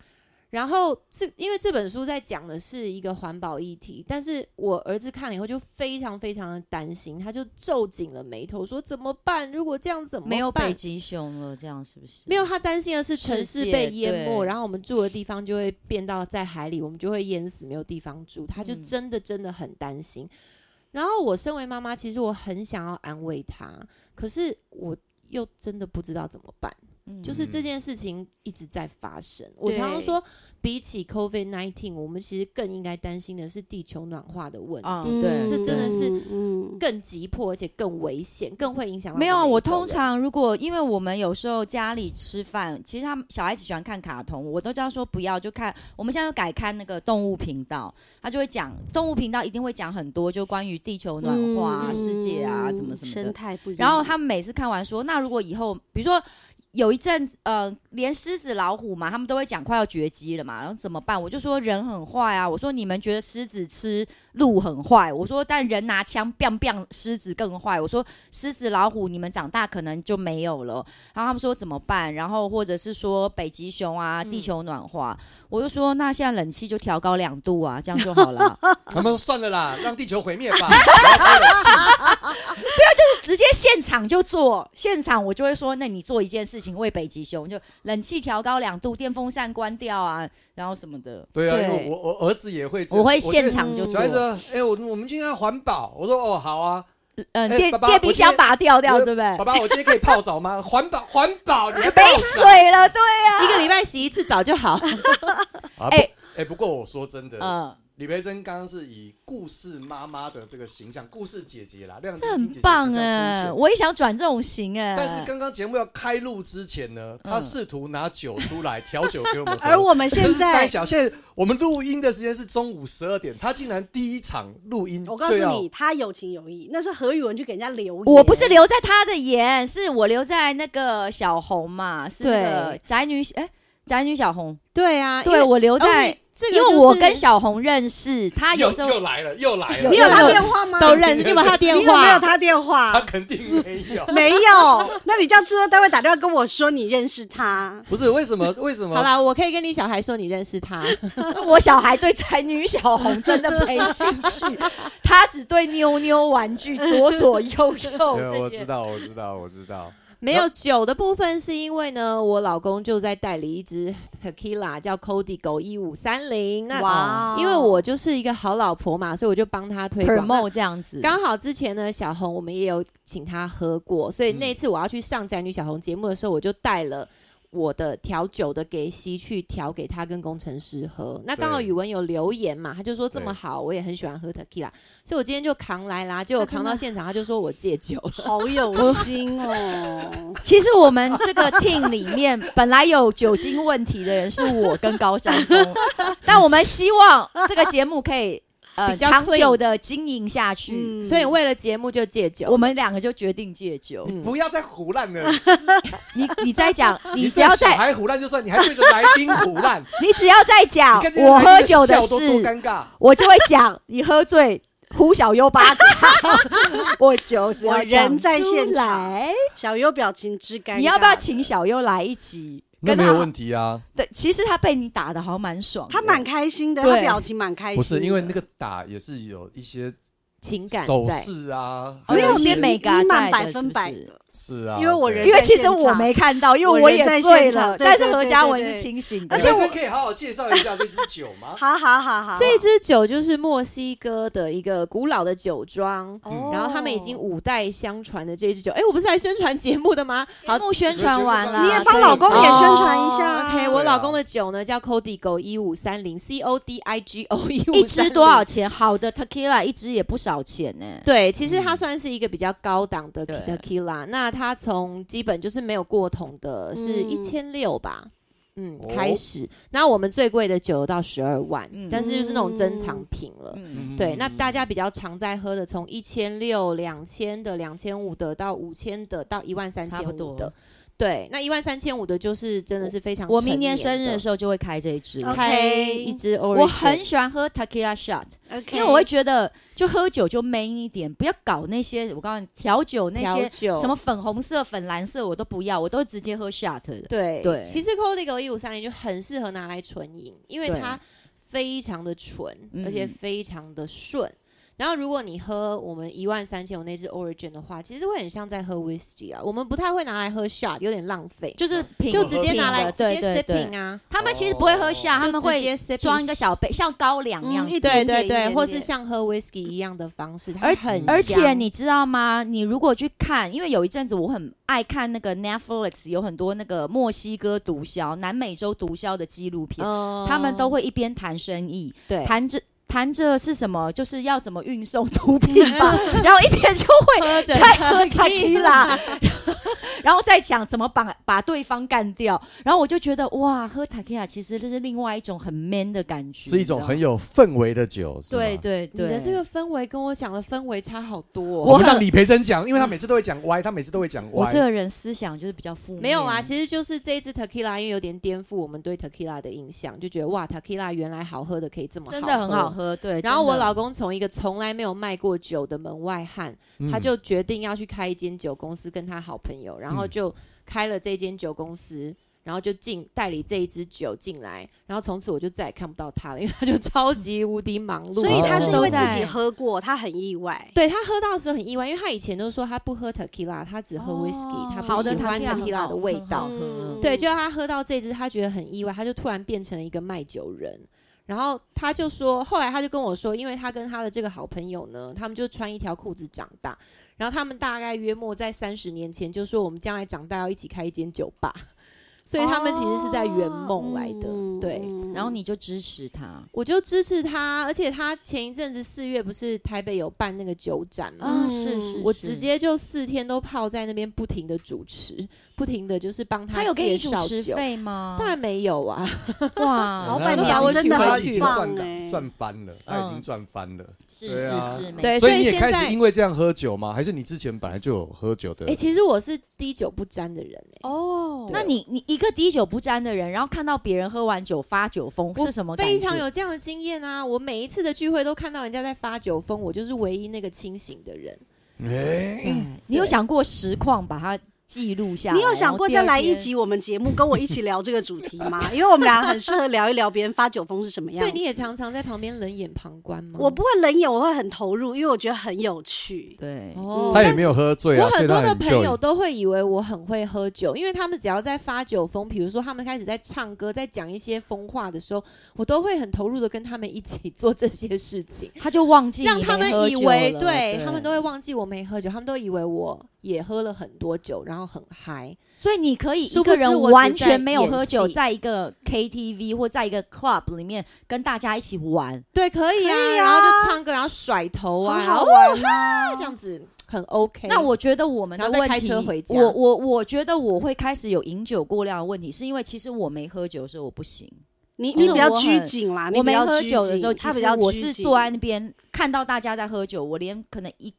S6: 然后这因为这本书在讲的是一个环保议题，但是我儿子看了以后就非常非常的担心，他就皱紧了眉头说：“怎么办？如果这样怎么办？”
S5: 没有北极熊了，这样是不是？
S6: 没有，他担心的是城
S5: 世
S6: 市
S5: 界
S6: 被淹没，
S5: 对
S6: 然后我们住的地方就会变到在海里，我们就会淹死，没有地方住。他就
S5: 嗯
S6: 真的真的很担心。然后我身为妈妈，其实我很想要安慰他，可是我又真的不知道怎么办。
S5: 嗯，
S6: 就是这
S3: 嗯
S6: 件事情一直在发生。我常常说，比起 COVID nineteen，我们其实更应该担心的是地球暖化的问题。
S5: 啊，对，
S6: 嗯这真的是
S4: 嗯嗯
S6: 更急迫，而且更危险，更会影响到
S5: 没有啊，
S6: 每一
S5: 我
S6: 个
S5: 通
S6: 人
S5: 常如果因为我们有时候家里吃饭，其实他们小孩子喜欢看卡通，我都知道说不要就看。我们现在就改看那个动物频道，他就会讲动物频道一定会讲很多，就关于地球暖化、啊、
S4: 嗯
S5: 世界啊
S4: 嗯
S5: 怎么什么
S4: 生
S5: 的。
S4: 态不一样。
S5: 然后他们每次看完说，那如果以后比如说。有一阵子，呃，连狮子、老虎嘛，他们都会讲快要绝迹了嘛，然后怎么办？我就说人很坏啊，我说你们觉得狮子吃鹿很坏，我说但人拿枪 biang biang 狮子更坏，我说狮子、老虎你们长大可能就没有了。然后他们说怎么办？然后或者是说北极熊啊，地球暖化，我就说那现在冷气就调高两度啊，这样就好了。
S3: 他们说算了啦，让地球毁灭 吧。然后吹冷气
S5: 直接现场就做，现场我就会说，那你做一件事情为北极熊，就冷气调高两度，电风扇关掉啊，然后什么的，
S3: 对啊，
S6: 对
S3: 因为我我我儿子也会这，
S5: 我会
S3: 觉得
S5: 现场就
S3: 小孩子
S5: 做，
S3: 说，哎，我我们今天要环保，我说哦好啊，
S5: 嗯，
S3: 哎
S5: 电
S3: 爸爸
S5: 电冰箱
S3: 我今天
S5: 拔掉掉，
S3: 我
S5: 对不对
S3: 爸？爸，我今天可以泡澡吗？ 环保环保，你还
S5: 没水了，对，啊
S6: 一个礼拜洗一次澡就 好。
S3: 啊
S5: 哎
S3: 不哎，不过我说真的，
S5: 嗯，
S3: 李培珍刚刚是以故事妈妈的这个形象，故事姐姐啦，亮
S5: 这
S3: 晶晶
S5: 很
S3: 姐姐
S5: 棒
S3: 形象出
S5: 哎，
S3: 现。
S5: 我也想转这种型哎，
S3: 但是刚刚节目要开录之前呢，她
S5: 嗯
S3: 试图拿酒出来调酒给 我们喝。
S4: 而我们现
S3: 真是
S4: 在
S3: 太小，哎现在我们录音的时间是中午十二点，她竟然第一场录音，
S4: 我告诉你，，他有情有义，那是何宇文去给人家留言。
S5: 我不是留在他的言，是我留在那个小红嘛，是那个
S6: 对
S5: 宅女哎，宅女小红，
S6: 对啊，因
S5: 对
S6: 为
S5: 我留在
S6: OK，，这个
S5: 哦因为
S6: 就是
S5: 我跟小红认识，他有
S3: 又
S5: 时候
S3: 又来了，又来
S5: 有
S3: 了
S4: 你，有他
S5: 有
S4: 电话吗？
S6: 都认识，你有没有他电
S4: 你有没有
S6: 话？
S4: 他电
S3: 她
S4: 话？
S3: 肯定没有。
S4: 没有，那你叫制作单位打电话跟我说你认识他。
S3: 不是为什么？为什么？
S6: 好啦，我可以跟你小孩说你认识 他，
S5: 我小孩对宅女小红真的没兴 趣，他只对妞妞玩具左左右
S3: 对
S5: 右这
S3: 我知
S5: 些。
S3: 道，我知道，我知道。
S6: 没有酒的部分是因为呢，我老公就在代理一支 tequila 叫 Cody 狗一五三零，那
S4: 哇
S6: 因为我就是一个好老婆嘛，所以我就帮他推广。
S5: promote 这样子，
S6: 刚好之前呢，小红我
S3: 嗯
S6: 们也有请她喝过，所以那次我要去上宅女小红节目的时候，我就带了我的调酒的给西去调给他跟工程师喝。那刚好
S3: 对
S6: 宇文有留言嘛，他就说这
S3: 对
S6: 么好，我也很喜欢喝 tequila，所以我今天就扛来啦，结果
S4: 他真
S6: 扛
S4: 的
S6: 到现场，他就说我戒酒了。
S4: 好有心 哦！
S5: 其实我们这个 team 里面本来有酒精问题的人是我跟高山 峰，但我们希望这个节目可以呃
S6: 比较
S5: 长
S6: clean
S5: 久的经营下去，
S4: 嗯
S6: 所以为了节目就戒酒，
S5: 我们两个就决定戒酒。
S6: 嗯
S3: 不要再胡乱了，
S5: 你你再 讲，你只
S3: 对
S5: 要
S3: 小
S5: 再
S3: 孩胡乱就算，你还对着来宾胡乱，你
S5: 你只要再讲
S3: 看这些
S5: 我
S3: 来宾
S5: 喝酒的
S3: 笑都多
S5: 事，
S3: 尴尬。
S5: 我就会讲你喝醉呼小优巴掌，我就是要
S4: 我人
S5: 讲
S4: 在
S5: 出
S4: 现场
S5: 来。
S4: 小优表情之尴尬，
S5: 你要不要请小优来一集？
S3: 那
S5: 跟
S3: 没
S5: 他
S3: 有问题啊，
S5: 对，其实他被你打的好像蛮爽的，
S4: 他蛮开心的，
S5: 对
S4: 他表情蛮开心的。
S3: 不是因为那个打也是有一些
S6: 情感
S3: 手
S6: 在。
S3: 势啊，
S5: 哦
S3: 还
S5: 有
S3: 一
S5: 些
S3: 些
S5: 美感
S4: 你
S5: 在的
S4: 满百分百
S5: 是不是。
S4: 的
S3: 是啊，
S4: 因为我
S3: 对
S4: 人
S5: 因为其实我没看到，因为我也
S4: 我人在
S5: 醉
S4: 现场
S5: 了，
S4: 对
S5: 但是
S4: 对
S5: 何
S4: 对
S5: 嘉
S4: 对
S5: 文
S4: 对
S5: 是清醒的，
S3: 而且我可以好好介绍一下这支酒吗？
S4: 好好好好，
S6: 这一支酒就是墨西哥的一个古老的酒庄，
S4: 哦
S6: 嗯然后他们已经五代相传的这一支酒。哎，我不是来宣传节目的吗？
S5: 好，
S6: 哦
S5: 目宣传完了，
S4: 你也帮
S5: 哦
S4: 老公也宣传一下啊。
S6: OK，
S3: 对
S6: 我
S3: 啊
S6: 老公的酒呢叫 Codigo 一五三零，C O D I G O 一
S5: 一
S6: 五
S5: 支多少？钱？好的 tequila 一支也不少钱呢、
S6: 对，其实它算是一个比较高档的
S5: 对
S6: tequila，那它从基本就是没有过桶的，是
S4: 嗯
S6: 一千六吧，嗯，
S3: 哦
S6: 开始。那我们最贵的酒有到十二万
S5: 嗯，
S6: 但是就是那种珍藏品了。
S5: 嗯，
S6: 对，那大家比较常在喝的，从一千六、两千的、两千五的到五千的到一万三
S5: 差
S6: 千
S5: 不
S6: 五
S5: 多
S6: 的，对，那一万三千五的就是真的是非常
S5: 我明年
S6: 成
S5: 生日
S6: 的
S5: 的时候就会开这一支了。
S4: OK
S6: 开一支 orange，
S5: 我很喜欢喝 tequila shot，
S4: OK，
S5: 因为我会觉得就喝酒就 man 一点，不要搞那些我告诉你调酒那
S6: 调
S5: 些
S6: 酒
S5: 什么粉红色、粉蓝色我都不要，我都直接喝 shot 的。
S6: 对
S5: 对
S6: 其实 Codigo 一五三零就很适合拿来纯饮，因为
S5: 对
S6: 它非常的纯，
S5: 嗯
S6: 而且非常的顺。然后，如果你喝我们一万三千五那支 Origin 的话，其实会很像在喝 Whisky 啊。我们不太会拿来喝 shot，有点浪费，
S5: 就是品
S6: 就直接拿来直
S5: 对
S6: 接
S5: 对对，
S6: sipping 啊，哦
S5: 他们其实不会喝下，他
S6: 就
S5: 们
S6: 直
S5: 会
S6: 接 sipping
S5: 装一个小杯，像高粱那样
S4: 嗯
S5: 子
S4: 一
S6: 对
S4: 点点
S6: 对
S4: 一
S6: 对，
S4: 点
S6: 或是
S4: 点
S6: 像喝 whisky 一样的方式，它
S5: 而
S6: 很
S5: 而且
S6: 香
S5: 你知道吗？你如果去看，因为有一阵子我很爱看那个 Netflix，有很多那个墨西哥毒枭、南美洲毒枭的纪录片，
S6: 嗯
S5: 他们都会一边谈生意，
S6: 对
S5: 谈着谈着是什么，就是要怎么运送毒品 吧，然后一边就会
S6: 喝着
S5: 再喝 tequila，然后再讲怎么把把对方干掉。然后我就觉得哇，喝 tequila 其实这是另外一种很 man 的感觉，
S3: 是一种很有氛围的酒，是吗
S5: 对。对
S6: 你
S5: 对
S6: 的这个氛围跟我想的氛围差好多、哦。
S3: 我们让李培珍讲，因为他每次都会讲歪，他每次都会讲
S5: 我
S3: 歪
S5: 这。个人思想就是比较负面。
S6: 没有啊，其实就是这一支 tequila，因为有点颠覆我们对 tequila 的印象，就觉得哇，tequila 原来好喝的可以这么
S5: 真的很好。喝，对。
S6: 然后我
S5: 真的
S6: 老公从一个从来没有卖过酒的门外汉，
S3: 嗯
S6: 他就决定要去开一间酒公司，跟他好朋友，然后
S3: 嗯
S6: 就开了这间酒公司，然后就进代理这一支酒进来，然后从此我就再也看不到他了，因为他就超级无敌忙碌。
S4: 所以他是因为自己
S5: 哦
S4: 喝过，他很意外。
S6: 啊对他喝到的时候很意外，因为他以前都说他不喝 tequila，他只喝 whisky，、他
S5: 哦好
S6: 不
S5: 的
S6: 喜欢
S5: tequila 很
S6: tequila
S5: 好
S6: 的味
S5: 很
S6: 道
S5: 好。喝
S4: 嗯
S6: 对，就他喝到这支，他觉得很意外，他就突然变成了一个卖酒人。然后他就说，后来他就跟我说，因为他跟他的这个好朋友呢，他们就穿一条裤子长大，然后他们大概约莫在三十年前就说，我们将来长大要一起开一间酒吧，所以他们其实是在圆
S5: 哦
S6: 梦来的。
S4: 嗯
S6: 对，
S5: 然后你就支持他
S6: 我就支持他，而且他前一阵子四月不是台北有办那个酒展吗？
S5: 啊，
S4: 嗯
S5: 是是，
S6: 我
S5: 是
S6: 直接就四天都泡在那边，不停的主持，不停的就是帮
S5: 他有给
S6: 介
S5: 你主
S6: 绍
S5: 持
S6: 酒。
S5: 费吗？
S6: 当然没有啊，
S5: 哇，
S4: 老板
S6: 都把
S4: 娘
S6: 我
S4: 真
S6: 娶
S4: 的
S6: 回
S3: 嗯他
S6: 去
S3: 已
S4: 很
S3: 经
S4: 棒
S3: 赚
S4: 哎，
S3: 赚翻了，他已经
S5: 嗯
S3: 赚翻了。
S5: 是
S3: 对啊
S5: 是是，没
S6: 对，
S3: 所
S6: 以
S3: 你也
S6: 现
S3: 开
S6: 在
S3: 始因为这样喝酒吗？还是你之前本来就有喝酒的
S6: 哎、？其实我是滴酒不沾的人、欸，
S4: 哦
S5: 那你你一个滴酒不沾的人，然后看到别人喝完酒发酒疯
S6: 我
S5: 是什么感觉？
S6: 非常有这样的经验啊！我每一次的聚会都看到人家在发酒疯，我就是唯一那个清醒的人。
S3: 哎，
S6: 嗯
S5: 哎你有想过实况把它记录下来？
S4: 嗯你有想过再来一
S5: 集？
S4: 集我们节目，跟我一起聊这个主题吗？因为我们俩很适合聊一聊别人发酒疯是什么样
S6: 所以
S4: 子。
S6: 你也常常在旁边冷眼旁观吗？
S4: 我不会冷眼，我会很投入，因为我觉得很有趣。
S5: 对，
S6: 哦，
S3: 他也没有喝醉啊，
S6: 我
S3: 所以
S6: 很
S3: 他
S6: 多的
S3: 很
S6: 朋
S3: enjoy
S6: 友都会以为我很会喝酒，因为他们只要在发酒疯，比如说他们开始在唱歌、在讲一些疯话的时候，我都会很投入的跟他们一起做这些事情，
S5: 他就忘记你
S6: 让他
S5: 没
S6: 们
S5: 喝
S6: 以
S5: 酒
S6: 为
S5: 了
S6: 对他们都
S5: 会
S6: 会忘记我没喝酒，他们都以为我也喝了很多酒，然后要很嗨，
S5: 所以你可以
S6: 殊
S5: 一
S6: 不
S5: 个
S6: 知
S5: 人
S6: 我只
S5: 完
S6: 在
S5: 全没有
S6: 演
S5: 喝酒，
S6: 戏
S5: 在一个 KTV 或在一个 club 里面跟大家一起玩，
S6: 对，可以啊，
S4: 可以啊
S6: 然后就唱歌，然后甩头啊，
S4: 很
S6: 然
S4: 好
S6: 后
S4: 玩
S6: 啊，这样子很 OK。
S5: 那我觉得我们的
S6: 然后再
S5: 问
S6: 开
S5: 题，
S6: 车回家
S5: 我我我觉得我会开始有饮酒过量的问题，是因为其实我没喝酒的时候我不行，
S4: 你
S5: 就是
S4: 你比较
S5: 我很
S4: 拘谨啊啦，你
S5: 我
S4: 比
S5: 没
S4: 较
S5: 喝
S4: 拘
S5: 酒的
S4: 谨
S5: 时候，其
S4: 他
S5: 实
S4: 比较
S5: 我
S4: 拘
S5: 是
S4: 谨
S5: 坐在那边看到大家在喝酒，我连可能一，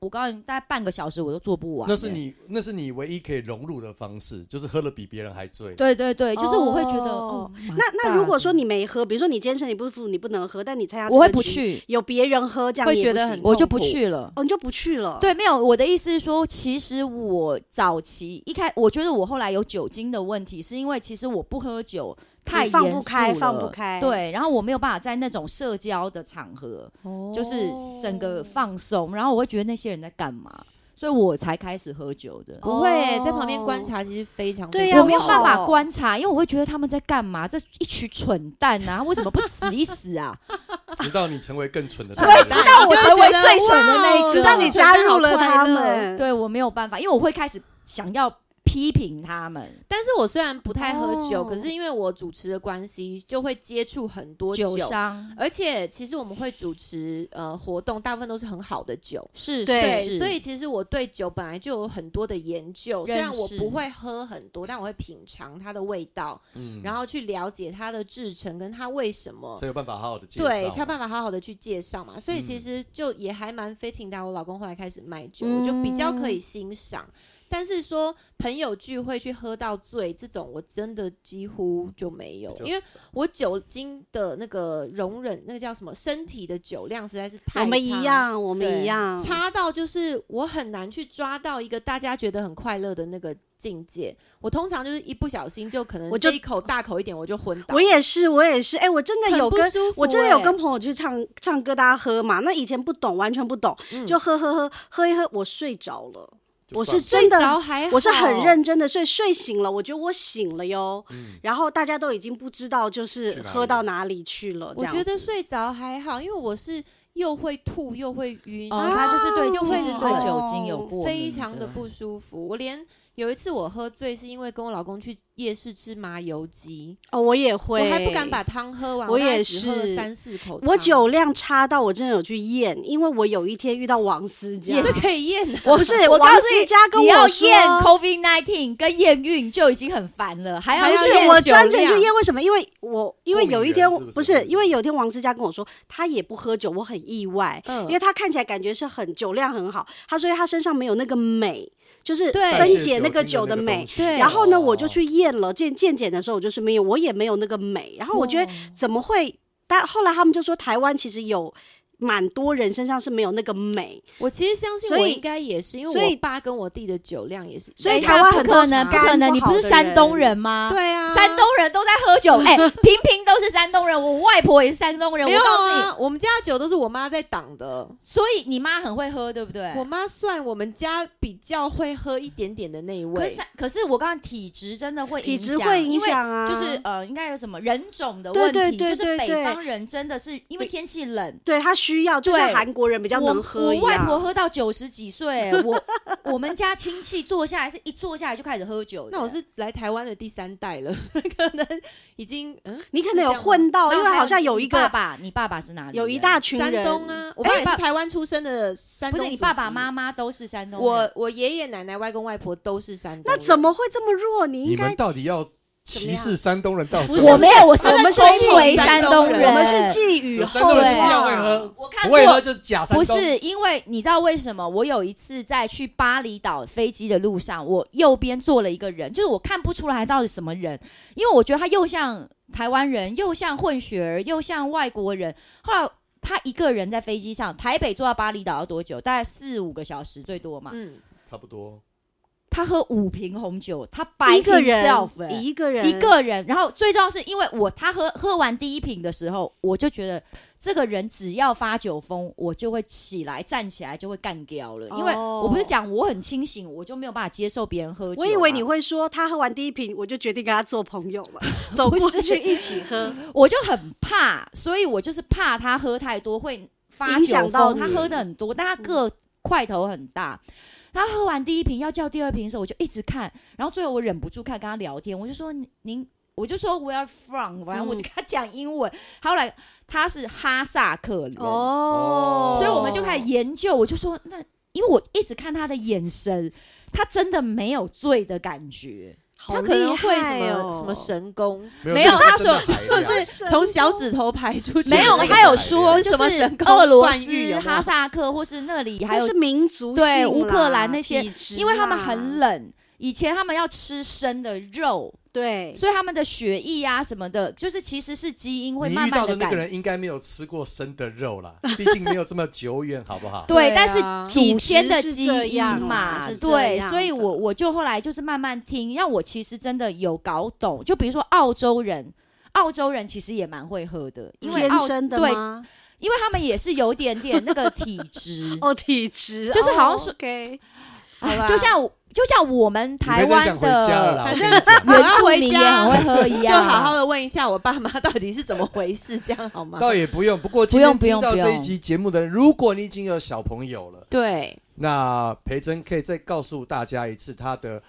S5: 我告诉你，大概半个小时我都做不完。
S3: 那是。你那是你唯一可以融入的方式，就是喝了比别人还醉。
S5: 对对对，就是我会觉得，
S4: 哦
S5: 哦，
S4: 那那如果说你没喝，比如说你今天身体不舒服，你不能喝，但你参加
S5: 我会
S4: 这个
S5: 不
S4: 局，
S5: 去，
S4: 有别人喝这样
S6: 会
S4: 你也
S6: 觉
S4: 不
S6: 得
S4: 行
S6: 很
S5: 我就不
S6: 痛苦
S5: 去了。
S4: 哦，你就不去了。，
S5: 对，没有，我的意思是说，其实我早期一开，我觉得我后来有酒精的问题，是因为其实我不喝酒太
S4: 放不
S5: 严肃
S4: 开放
S5: 了
S4: 不开
S5: 对，然后我没有办法在那种社交的场合，就是整
S4: 哦
S5: 个放松，然后我会觉得那些人在干嘛，所以我才开始喝酒的。
S6: 不会耶、
S4: 哦
S6: 在旁边观察，其实非常
S4: 对
S6: 非
S4: 呀
S6: 常
S5: 我没有
S4: 我
S5: 办法
S4: 哦
S5: 观察，因为我会觉得他们在干嘛？这一群蠢蛋啊，为什么不死一死啊？
S3: 直到你成为更蠢的
S5: 我
S3: 蠢
S5: 会
S3: 蛋。
S5: 知道我成为最蠢的那一
S6: 哇
S5: 个，
S4: 直到你加入了他们，，
S5: 对我没有办法，因为我会开始想要批评他们
S6: 但是我虽然不太喝酒，
S4: 哦
S6: 可是因为我主持的关系，就会接触很多酒。
S5: 酒
S4: 啊
S5: 商
S6: 而且其实我们会主持呃活动，大部分都是很好的酒。
S5: 是
S4: 对
S5: 是，
S6: 所以其实我对酒本来就有很多的研究，虽然
S5: 认
S6: 我
S5: 识
S6: 不会喝很多，但我会品尝它的味道，
S3: 嗯，
S6: 然后去了解它的制成跟它为什么
S3: 才有办法好好的介绍嘛。嗯
S6: 对，才有办法好好的去介绍嘛。所以其实就也还蛮 fitting 的啊。我老公后来开始卖酒，我就比较可
S5: 嗯
S6: 以欣赏。但是说朋友聚会去喝到醉这种，我真的几乎就没有，
S3: 就
S6: 因为
S3: 是
S6: 我酒精的那个容忍，那个叫什么，身体的酒量实在是太
S4: 我们
S6: 差
S4: 一。样，我们
S5: 对
S4: 一样，
S6: 差到就是我很难去抓到一个大家觉得很快乐的那个境界。我通常就是一不小心就可能
S4: 我就
S6: 这一口大口一点我就昏倒。
S4: 我也是，我也是，哎、我真的
S6: 很
S4: 有
S6: 不
S4: 跟、
S6: 舒服
S4: 我真的有
S6: 欸
S4: 跟朋友去唱唱歌，大家喝嘛。那以前不懂，完全不懂，
S5: 嗯
S4: 就喝喝喝喝一喝，我睡着了。
S3: 嗯
S4: 我是真
S6: 睡着
S4: 的，
S6: 还
S4: 我是很
S6: 哎好
S4: 认真的睡，睡醒了，我觉得我醒了哟。然后大家都已经不知道就是
S3: 嗯去哪
S4: 喝
S3: 里
S4: 到哪里去了，这
S6: 我
S4: 样
S6: 觉
S4: 子
S6: 得睡着还好，因为我是又会吐又会晕，
S5: 哦，他就是对，
S6: 又
S5: 其
S6: 会
S5: 实
S6: 很
S4: 哦
S5: 对
S6: 痛
S5: 酒精有过
S6: 非
S5: 敏
S6: 常的
S5: 的
S6: 不舒服。我连有一次我喝醉，是因为跟我老公去夜市吃麻油鸡，
S4: 哦，我也
S6: 我
S4: 会，
S6: 还不敢把汤喝完，
S4: 我
S6: 大概
S4: 也
S6: 只喝了
S4: 是
S6: 三四口汤。
S4: 我酒量差到我真的有去验，因为我有一天遇到王思 佳，
S6: 也是可以验啊的，
S4: 我不是
S5: 我告
S4: 王
S5: 诉
S4: 思
S5: 你
S4: 佳跟
S5: 你要
S4: 我说
S5: 验 COVID nineteen 跟验孕就已经很烦了，还要
S6: 还
S4: 不
S6: 要
S4: 是
S6: 验
S4: 我
S6: 酒啊
S4: 专程去
S6: 量
S4: 验，为什么？因为我因为
S3: 过敏
S4: 有一
S3: 源
S4: 天
S3: 是
S4: 我
S3: 不是
S4: 不
S3: 还
S4: 是
S3: 是
S4: 因为有一天王思佳跟我说他也不喝酒，我很意外，
S6: 嗯
S4: 因为他看起来感觉是很酒量很好，他说他身上没有那个美，就是
S6: 对
S3: 代谢
S4: 分解那个酒
S3: 的
S4: 的
S3: 那个
S4: 美
S3: 东。西
S6: 对
S4: 然后呢，我就
S3: 哦
S4: 去验了健健检的时候，我就顺便验，我也没有那个美。然后我
S5: 哦
S4: 觉得怎么会？但后来他们就说台湾其实有蛮多人身上是没有那个美，
S6: 我其实相信
S4: 所
S6: 我
S4: 以
S6: 应该也是，因
S4: 所
S6: 为
S4: 以
S6: 我爸跟我弟的酒量也是，
S4: 所以
S5: 等一
S4: 台
S5: 下
S4: 湾
S5: 不
S4: 很
S5: 可
S4: 多
S5: 能，不
S4: 肝
S5: 可能，
S4: 不
S5: 你不
S4: 好
S5: 是
S4: 的
S5: 山东
S4: 人
S5: 人吗？
S6: 对啊，
S5: 山东人都在喝 酒，哎，平平都是山东人，我外婆也是山东人，
S6: 没
S5: 我
S6: 有
S5: 告诉你，
S6: 啊，我们家的酒都是我妈在挡的。
S5: 所以你妈很会喝，对不对？
S6: 我妈算我们家比较会喝一点点的那一位，
S5: 可是可是我刚刚体质真的会
S4: 体质
S5: 响
S4: 会影
S5: 因为
S4: 响啊，
S5: 就是呃，应该有什么人种的问题，
S4: 对对对
S5: 就是
S4: 对
S5: 北
S4: 对
S5: 方人真的是因为天气冷。
S4: 对他需要，就像
S5: 对
S4: 韩国人比较
S5: 我
S4: 能喝
S5: 我
S4: 一样。
S5: 外婆喝到九十几 岁，我我们家亲戚坐下来是一坐下来就开始喝酒的。
S6: 那我是来台湾的第三代了， 可能已经嗯，
S4: 你可
S6: 是
S4: 能
S6: 这
S4: 有
S6: 样吗
S4: 混到，
S5: 然后
S4: 因为
S5: 还
S4: 好像有一
S5: 你爸
S4: 个
S5: 爸，你爸爸是哪里人？
S4: 有一大群
S6: 山
S4: 人
S6: 东，啊，我爸也是
S5: 爸
S6: 台湾出生的山
S5: 不
S6: 东，
S5: 是你爸爸妈。妈都是山东人。
S6: 我我爷爷奶奶、外公外婆都是山东
S4: 那
S6: 人，
S4: 怎么会这么弱？你
S3: 你
S4: 应
S3: 们
S4: 该
S3: 到底要歧视山东人到
S4: 不
S3: 什么
S4: 是
S5: 我
S3: 程度？
S5: 没有，我是
S4: 我们是
S5: 恭维山东
S6: 我
S4: 我
S5: 人，
S4: 们是寄予
S3: 有
S4: 厚
S3: 山东
S5: 后
S3: 人就是
S5: 来
S3: 要
S4: 望
S3: 会喝，
S5: 我看
S3: 不会
S5: 过
S3: 喝就是假山
S5: 不
S3: 东。
S5: 是因为你知道为什么？我有一次在去巴厘岛飞机的路上，我右边坐了一个人，就是我看不出来到底什么人，因为我觉得他又像台湾人，又像混血儿，又像外国人。后来他一个人在飞机上，台北坐到巴厘岛要多久？大概四五个小时最多嘛。
S6: 嗯，
S3: 差不多。
S5: 他喝五瓶红酒，他白
S4: 一个人
S5: himself，欸
S4: 一个人
S5: 一个人，然后最重要是因为我他喝喝完第一瓶的时候，我就觉得这个人只要发酒疯，我就会起来站起来就会干掉了，因为
S4: 哦
S5: 我不是讲我很清醒，我就没有办法接受别人喝酒嘛。啊
S4: 我以为你会说，他喝完第一瓶，我就决定跟他做朋友 了，走过去一起 喝。
S5: 我就很怕，所以我就是怕他喝太多会发
S4: 影
S5: 酒
S4: 响到
S5: 疯。他
S4: 你
S5: 喝的很多，但他个块头很大。他喝完第一瓶要叫第二瓶的时候，我就一直看，然后最后我忍不住看，跟他聊天，我就说您您。我就说 Where from，反正我就跟他讲英文。后来他是哈萨克人，
S4: 哦，
S5: 所以我们就开始研究。我就说，那因为我一直看他的眼神，他真的没有醉的感觉。
S6: 他可能会什么、
S4: 好厉害哦
S6: 什么神功，
S5: 没有他
S3: 说
S5: 说
S3: 就是
S6: 从小指头排出去的
S5: 没
S6: 那
S5: 有
S6: 个。，
S5: 他有说
S6: 什
S5: 就
S6: 么
S5: 是
S6: 神功
S5: 俄罗
S6: 惯喻有没
S5: 斯、
S6: 有
S5: 哈萨克，或是那里还
S4: 那
S5: 有
S4: 是民族性
S5: 对
S4: 啦
S5: 乌克兰那些
S4: 体质
S3: 啊
S5: 因为他们
S4: 啦
S5: 很冷，以前他们要吃生的肉，
S4: 对，
S5: 所以他们的血液啊什么的，就是其实是基因会
S3: 你
S5: 慢
S3: 遇到
S5: 慢
S3: 的
S5: 的
S3: 那
S5: 改
S3: 个。人应该没有吃过生的肉啦， 毕竟没有这么久远，好不好？
S5: 对，
S6: 对
S5: 但是
S6: 啊
S5: 祖先的
S4: 体质
S5: 基
S4: 是这
S5: 因
S4: 样
S5: 嘛
S4: 是，这
S5: 对，
S4: 样
S5: 所以我
S4: 的
S5: 我就后来就是慢慢听，让我其实真的有搞懂。就比如说澳洲人，澳洲人其实也蛮会喝的，因为
S4: 天
S5: 澳
S4: 生的
S5: 对，
S4: 吗？，
S5: 因为他们也是有点点那个体质
S4: 哦，体质哦
S5: 就是好像说
S4: o k
S5: 哎
S6: 好吧
S5: 就像我就像我们台
S3: 你们真
S5: 湾
S3: 想回家了
S5: 的
S3: 啦，
S6: 反
S3: 我跟你讲
S6: 正
S5: 原
S6: 我要
S5: 住
S6: 回
S5: 民也
S6: 家
S5: 很会喝一
S6: 就
S5: 样，啊
S6: 好好的问一下我爸妈到底是怎么回事，这样好吗？
S3: 倒也不用。不过今
S5: 不用
S3: 天
S5: 不
S3: 听
S5: 用
S3: 到
S5: 不
S3: 这一
S5: 用
S3: 集节目的人，如果你已经有小朋友了，
S6: 对，
S3: 那培珍可以再告诉大家一次他的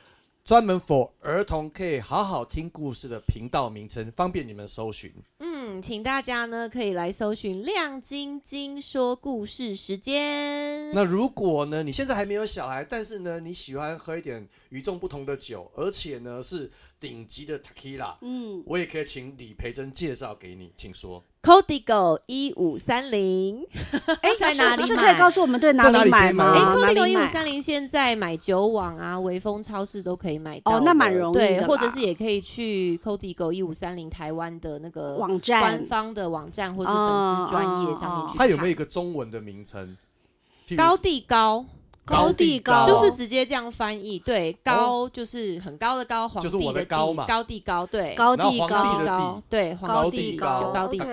S3: 专门 for 儿童可以好好听故事的频道名称，方便你们搜寻。
S6: 嗯，请大家呢可以来搜寻“亮晶晶说故事时间”。
S3: 那如果呢，你现在还没有小孩，但是呢，你喜欢喝一点与众不同的酒，而且呢是顶级的 tequila，
S4: 嗯，
S3: 我也可以请李培珍介绍给你，请说。
S6: Codigo 一五三零，
S5: 哎，在哪里
S4: 是可以
S5: 买
S4: 告？诉我们对
S3: 在
S4: 哪
S3: 哪
S4: 里
S3: 里可以
S4: 买
S3: 买
S4: 吗？
S6: 哎
S3: 啊
S4: 哪
S6: ，Codigo
S4: 里
S6: 一五
S4: 买？
S6: 三零现在买酒网啊、微风超市都可以买到的。
S4: 哦那蛮容易的
S6: 对，
S4: 啦
S6: 或者是也可以去 Codigo 一五三零台湾的那个
S4: 网
S6: 官
S4: 站
S6: 方的网站或是粉丝专业上面
S3: 哦
S6: 去看。
S3: 它有没有一个中文的名称？譬如
S6: 高地高？
S3: 高
S4: 地
S3: 高哦
S6: 就是直接这样翻译，对，高就是很高的高，皇
S3: 就是我的
S6: 帝地，
S3: 高嘛
S6: 高地高，对，
S4: 高
S3: 然后
S4: 地
S3: 皇
S6: 高
S3: 帝
S6: 地
S4: 高
S3: 的
S6: 高，对，皇
S4: 高
S3: 高
S4: 地
S3: 地
S6: 就
S3: 高
S6: 高地
S3: 高
S6: 高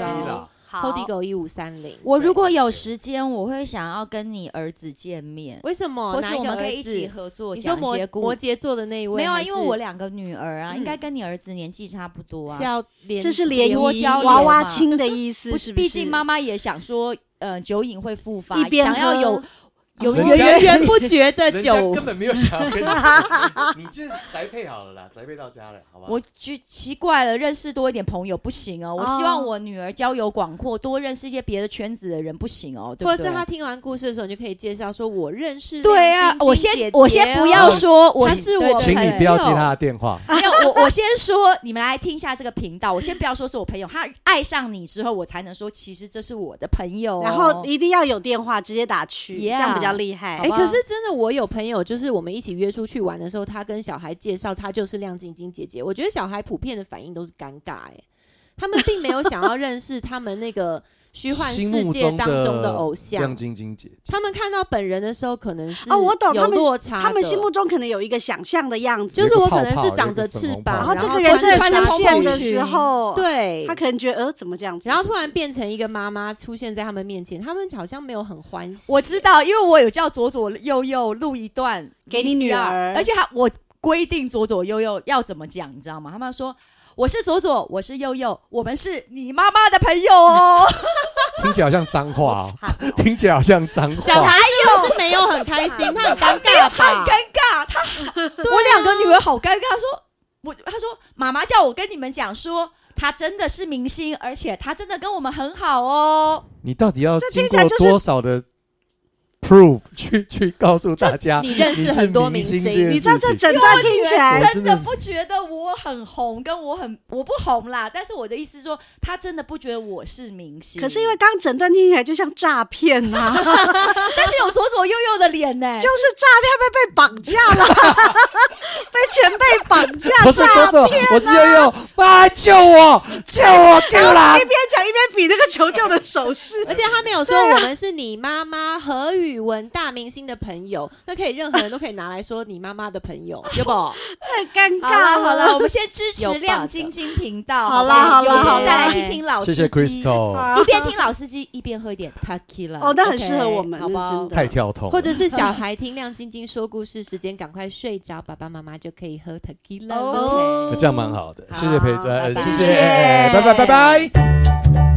S4: OK，
S3: 啦
S4: 好，
S6: ，Codigo 一五三零。
S5: 我如
S6: 对
S5: 果有时间，我会想要跟你儿子见面，
S6: 为什么？
S5: 或
S6: 哦哪
S5: 是我
S6: 个
S5: 们可以
S6: 儿
S5: 一
S6: 子
S5: 起合作
S6: 你说
S5: 讲一
S6: 摩
S5: 些故
S6: 摩羯座的那一位
S5: 没有啊，
S6: 还
S5: 因为
S6: 是
S5: 我两个女儿啊，
S6: 嗯
S5: 应该跟你儿子年纪差不多
S6: 是
S5: 啊。
S6: 要连
S4: 这是联谊
S5: 多交流
S4: 娃娃
S5: 嘛
S4: 亲的意思，
S5: 不
S4: 是不是？
S5: 毕竟妈妈也想说，呃，酒瘾会复发，
S4: 一边
S5: 想要
S4: 喝
S6: 哦
S5: 有有
S3: 人
S5: 有
S3: 家
S6: 源源不绝的
S3: 人家
S6: 酒。
S3: 根本没有想要跟你说，你这宅配好了啦，宅配到家了，
S6: 啊
S3: 好吧？
S5: 我觉奇怪了，认识多一点朋友不行哦。我希望我女儿交友广阔，多认识一些别的圈子的人不行哦，对
S6: 或
S5: 不
S6: 者是
S5: 对
S6: 他？听完故事的时候，你就可以介绍说：“我认识
S5: 对
S6: 亮
S5: 啊
S6: 晶，晶
S5: 我
S6: 姐
S5: 先
S6: 姐
S5: 我先不要
S6: 哦
S5: 说，我
S6: 她是
S5: 对
S6: 我
S5: 对
S3: 请你
S5: 对
S3: 不要接他的电话。
S5: 没有，我我先说，你们来听一下这个频道。我先不要说是我朋友，他爱上你之后，我才能说其实这是我的朋友哦、
S4: 然后一定要有电话，直接打去，这样比
S5: Yeah
S4: 较厉害。
S5: 好
S6: 哎、
S5: 吧
S6: 可是真的，我有朋友，就是我们一起约出去玩的时候，他跟小孩介绍他就是亮晶晶姐姐。我觉得小孩普遍的反应都是尴尬、哎，他们并没有想要认识他们那个虚幻世
S3: 心目
S6: 界
S3: 中
S6: 当中的偶
S3: 亮
S6: 像。
S3: 晶晶姐姐，
S6: 他们看到本人的时候，可能是
S4: 哦我懂
S6: 有
S4: 他们
S6: 落差的
S4: 他们心目中可能有一个想象的样子，
S6: 就是我可
S3: 有一个
S6: 能
S3: 泡泡
S6: 是长着翅膀，
S3: 有
S4: 然后这
S3: 一
S4: 个人
S6: 然后
S4: 真
S6: 穿
S4: 的
S6: 着
S4: 出
S6: 蓬
S4: 现
S6: 蓬
S4: 的
S6: 裙
S4: 时，候，，
S6: 对
S4: 他，可能觉得呃怎么这样子，
S6: 然后
S4: 是
S6: 突
S4: 不
S6: 然
S4: 是
S6: 变成一个妈妈出现在他们面前，他们好像没有很欢喜。
S5: 我知道，因为我有叫左左右右录一段
S4: 给你女
S5: VCR
S4: 儿
S5: 而且他我规定左左右右要怎么讲，你知道吗？他们说我是左左，我是右右，我们是你妈妈的朋友哦。
S3: 听起来好像脏话哦，
S4: 好惨哦
S3: 听起来好像脏
S6: 小
S3: 话
S6: 孩。是不是没有很开心，他很尴尬 吧？
S5: 尴尬，啊他、我两个女儿好尴尬，她说我他说妈妈叫我跟你们讲说。她真的是明星，而且她真的跟我们很好哦。
S3: 你到底要
S4: 这
S3: 经
S4: 听起
S3: 过
S4: 来就是
S3: 多少的 proof 去去告诉大家
S6: 你认识
S3: 是
S6: 很多明
S3: 星
S6: 星
S3: 这件事情？
S4: 你知道这整段听起
S3: 我
S4: 来
S3: 真
S5: 真的不觉得我很红，跟我很我不红啦。但是我的意思说，她真的不觉得我是明星。
S4: 可是因为刚整段听起来就像诈骗啊，就是诈骗，
S5: 但是有左左右右的脸呢、
S4: 被被绑架了，被前辈绑架，
S3: 不是左
S4: 诈
S3: 左，我是悠悠，妈救我，救我，给我啦
S4: 一！边讲一边比那个求救的手势，
S6: 而且他没有说我们是你妈妈何宇文大明星的朋友，那可以任何人都可以拿来说你妈妈的朋友，对不？
S4: 太尴
S5: 好
S4: 尬
S5: 了好了，
S4: 了
S5: 我。们先支持
S6: 有 bug
S5: 亮晶晶频道。
S4: 好
S5: 不
S4: 啦好啦
S5: 有空
S4: 好啦
S5: 再来听听老司
S3: 谢
S5: 机。
S3: 谢 Crystal，
S5: 一边听老司机一边喝一点 t a k i l a
S4: 哦，那很适合我们，
S5: 好不好
S4: 真？的
S3: 太跳痛了，
S6: 或者是小孩听亮晶晶说故事时间，赶快睡着，爸爸妈妈就可以喝 tequila 了。
S5: 哦
S3: 这样蛮好的。谢谢培
S4: 好
S5: 拜
S3: 珍，
S5: 拜
S3: 谢谢，
S4: 谢谢
S3: 哎拜拜拜拜。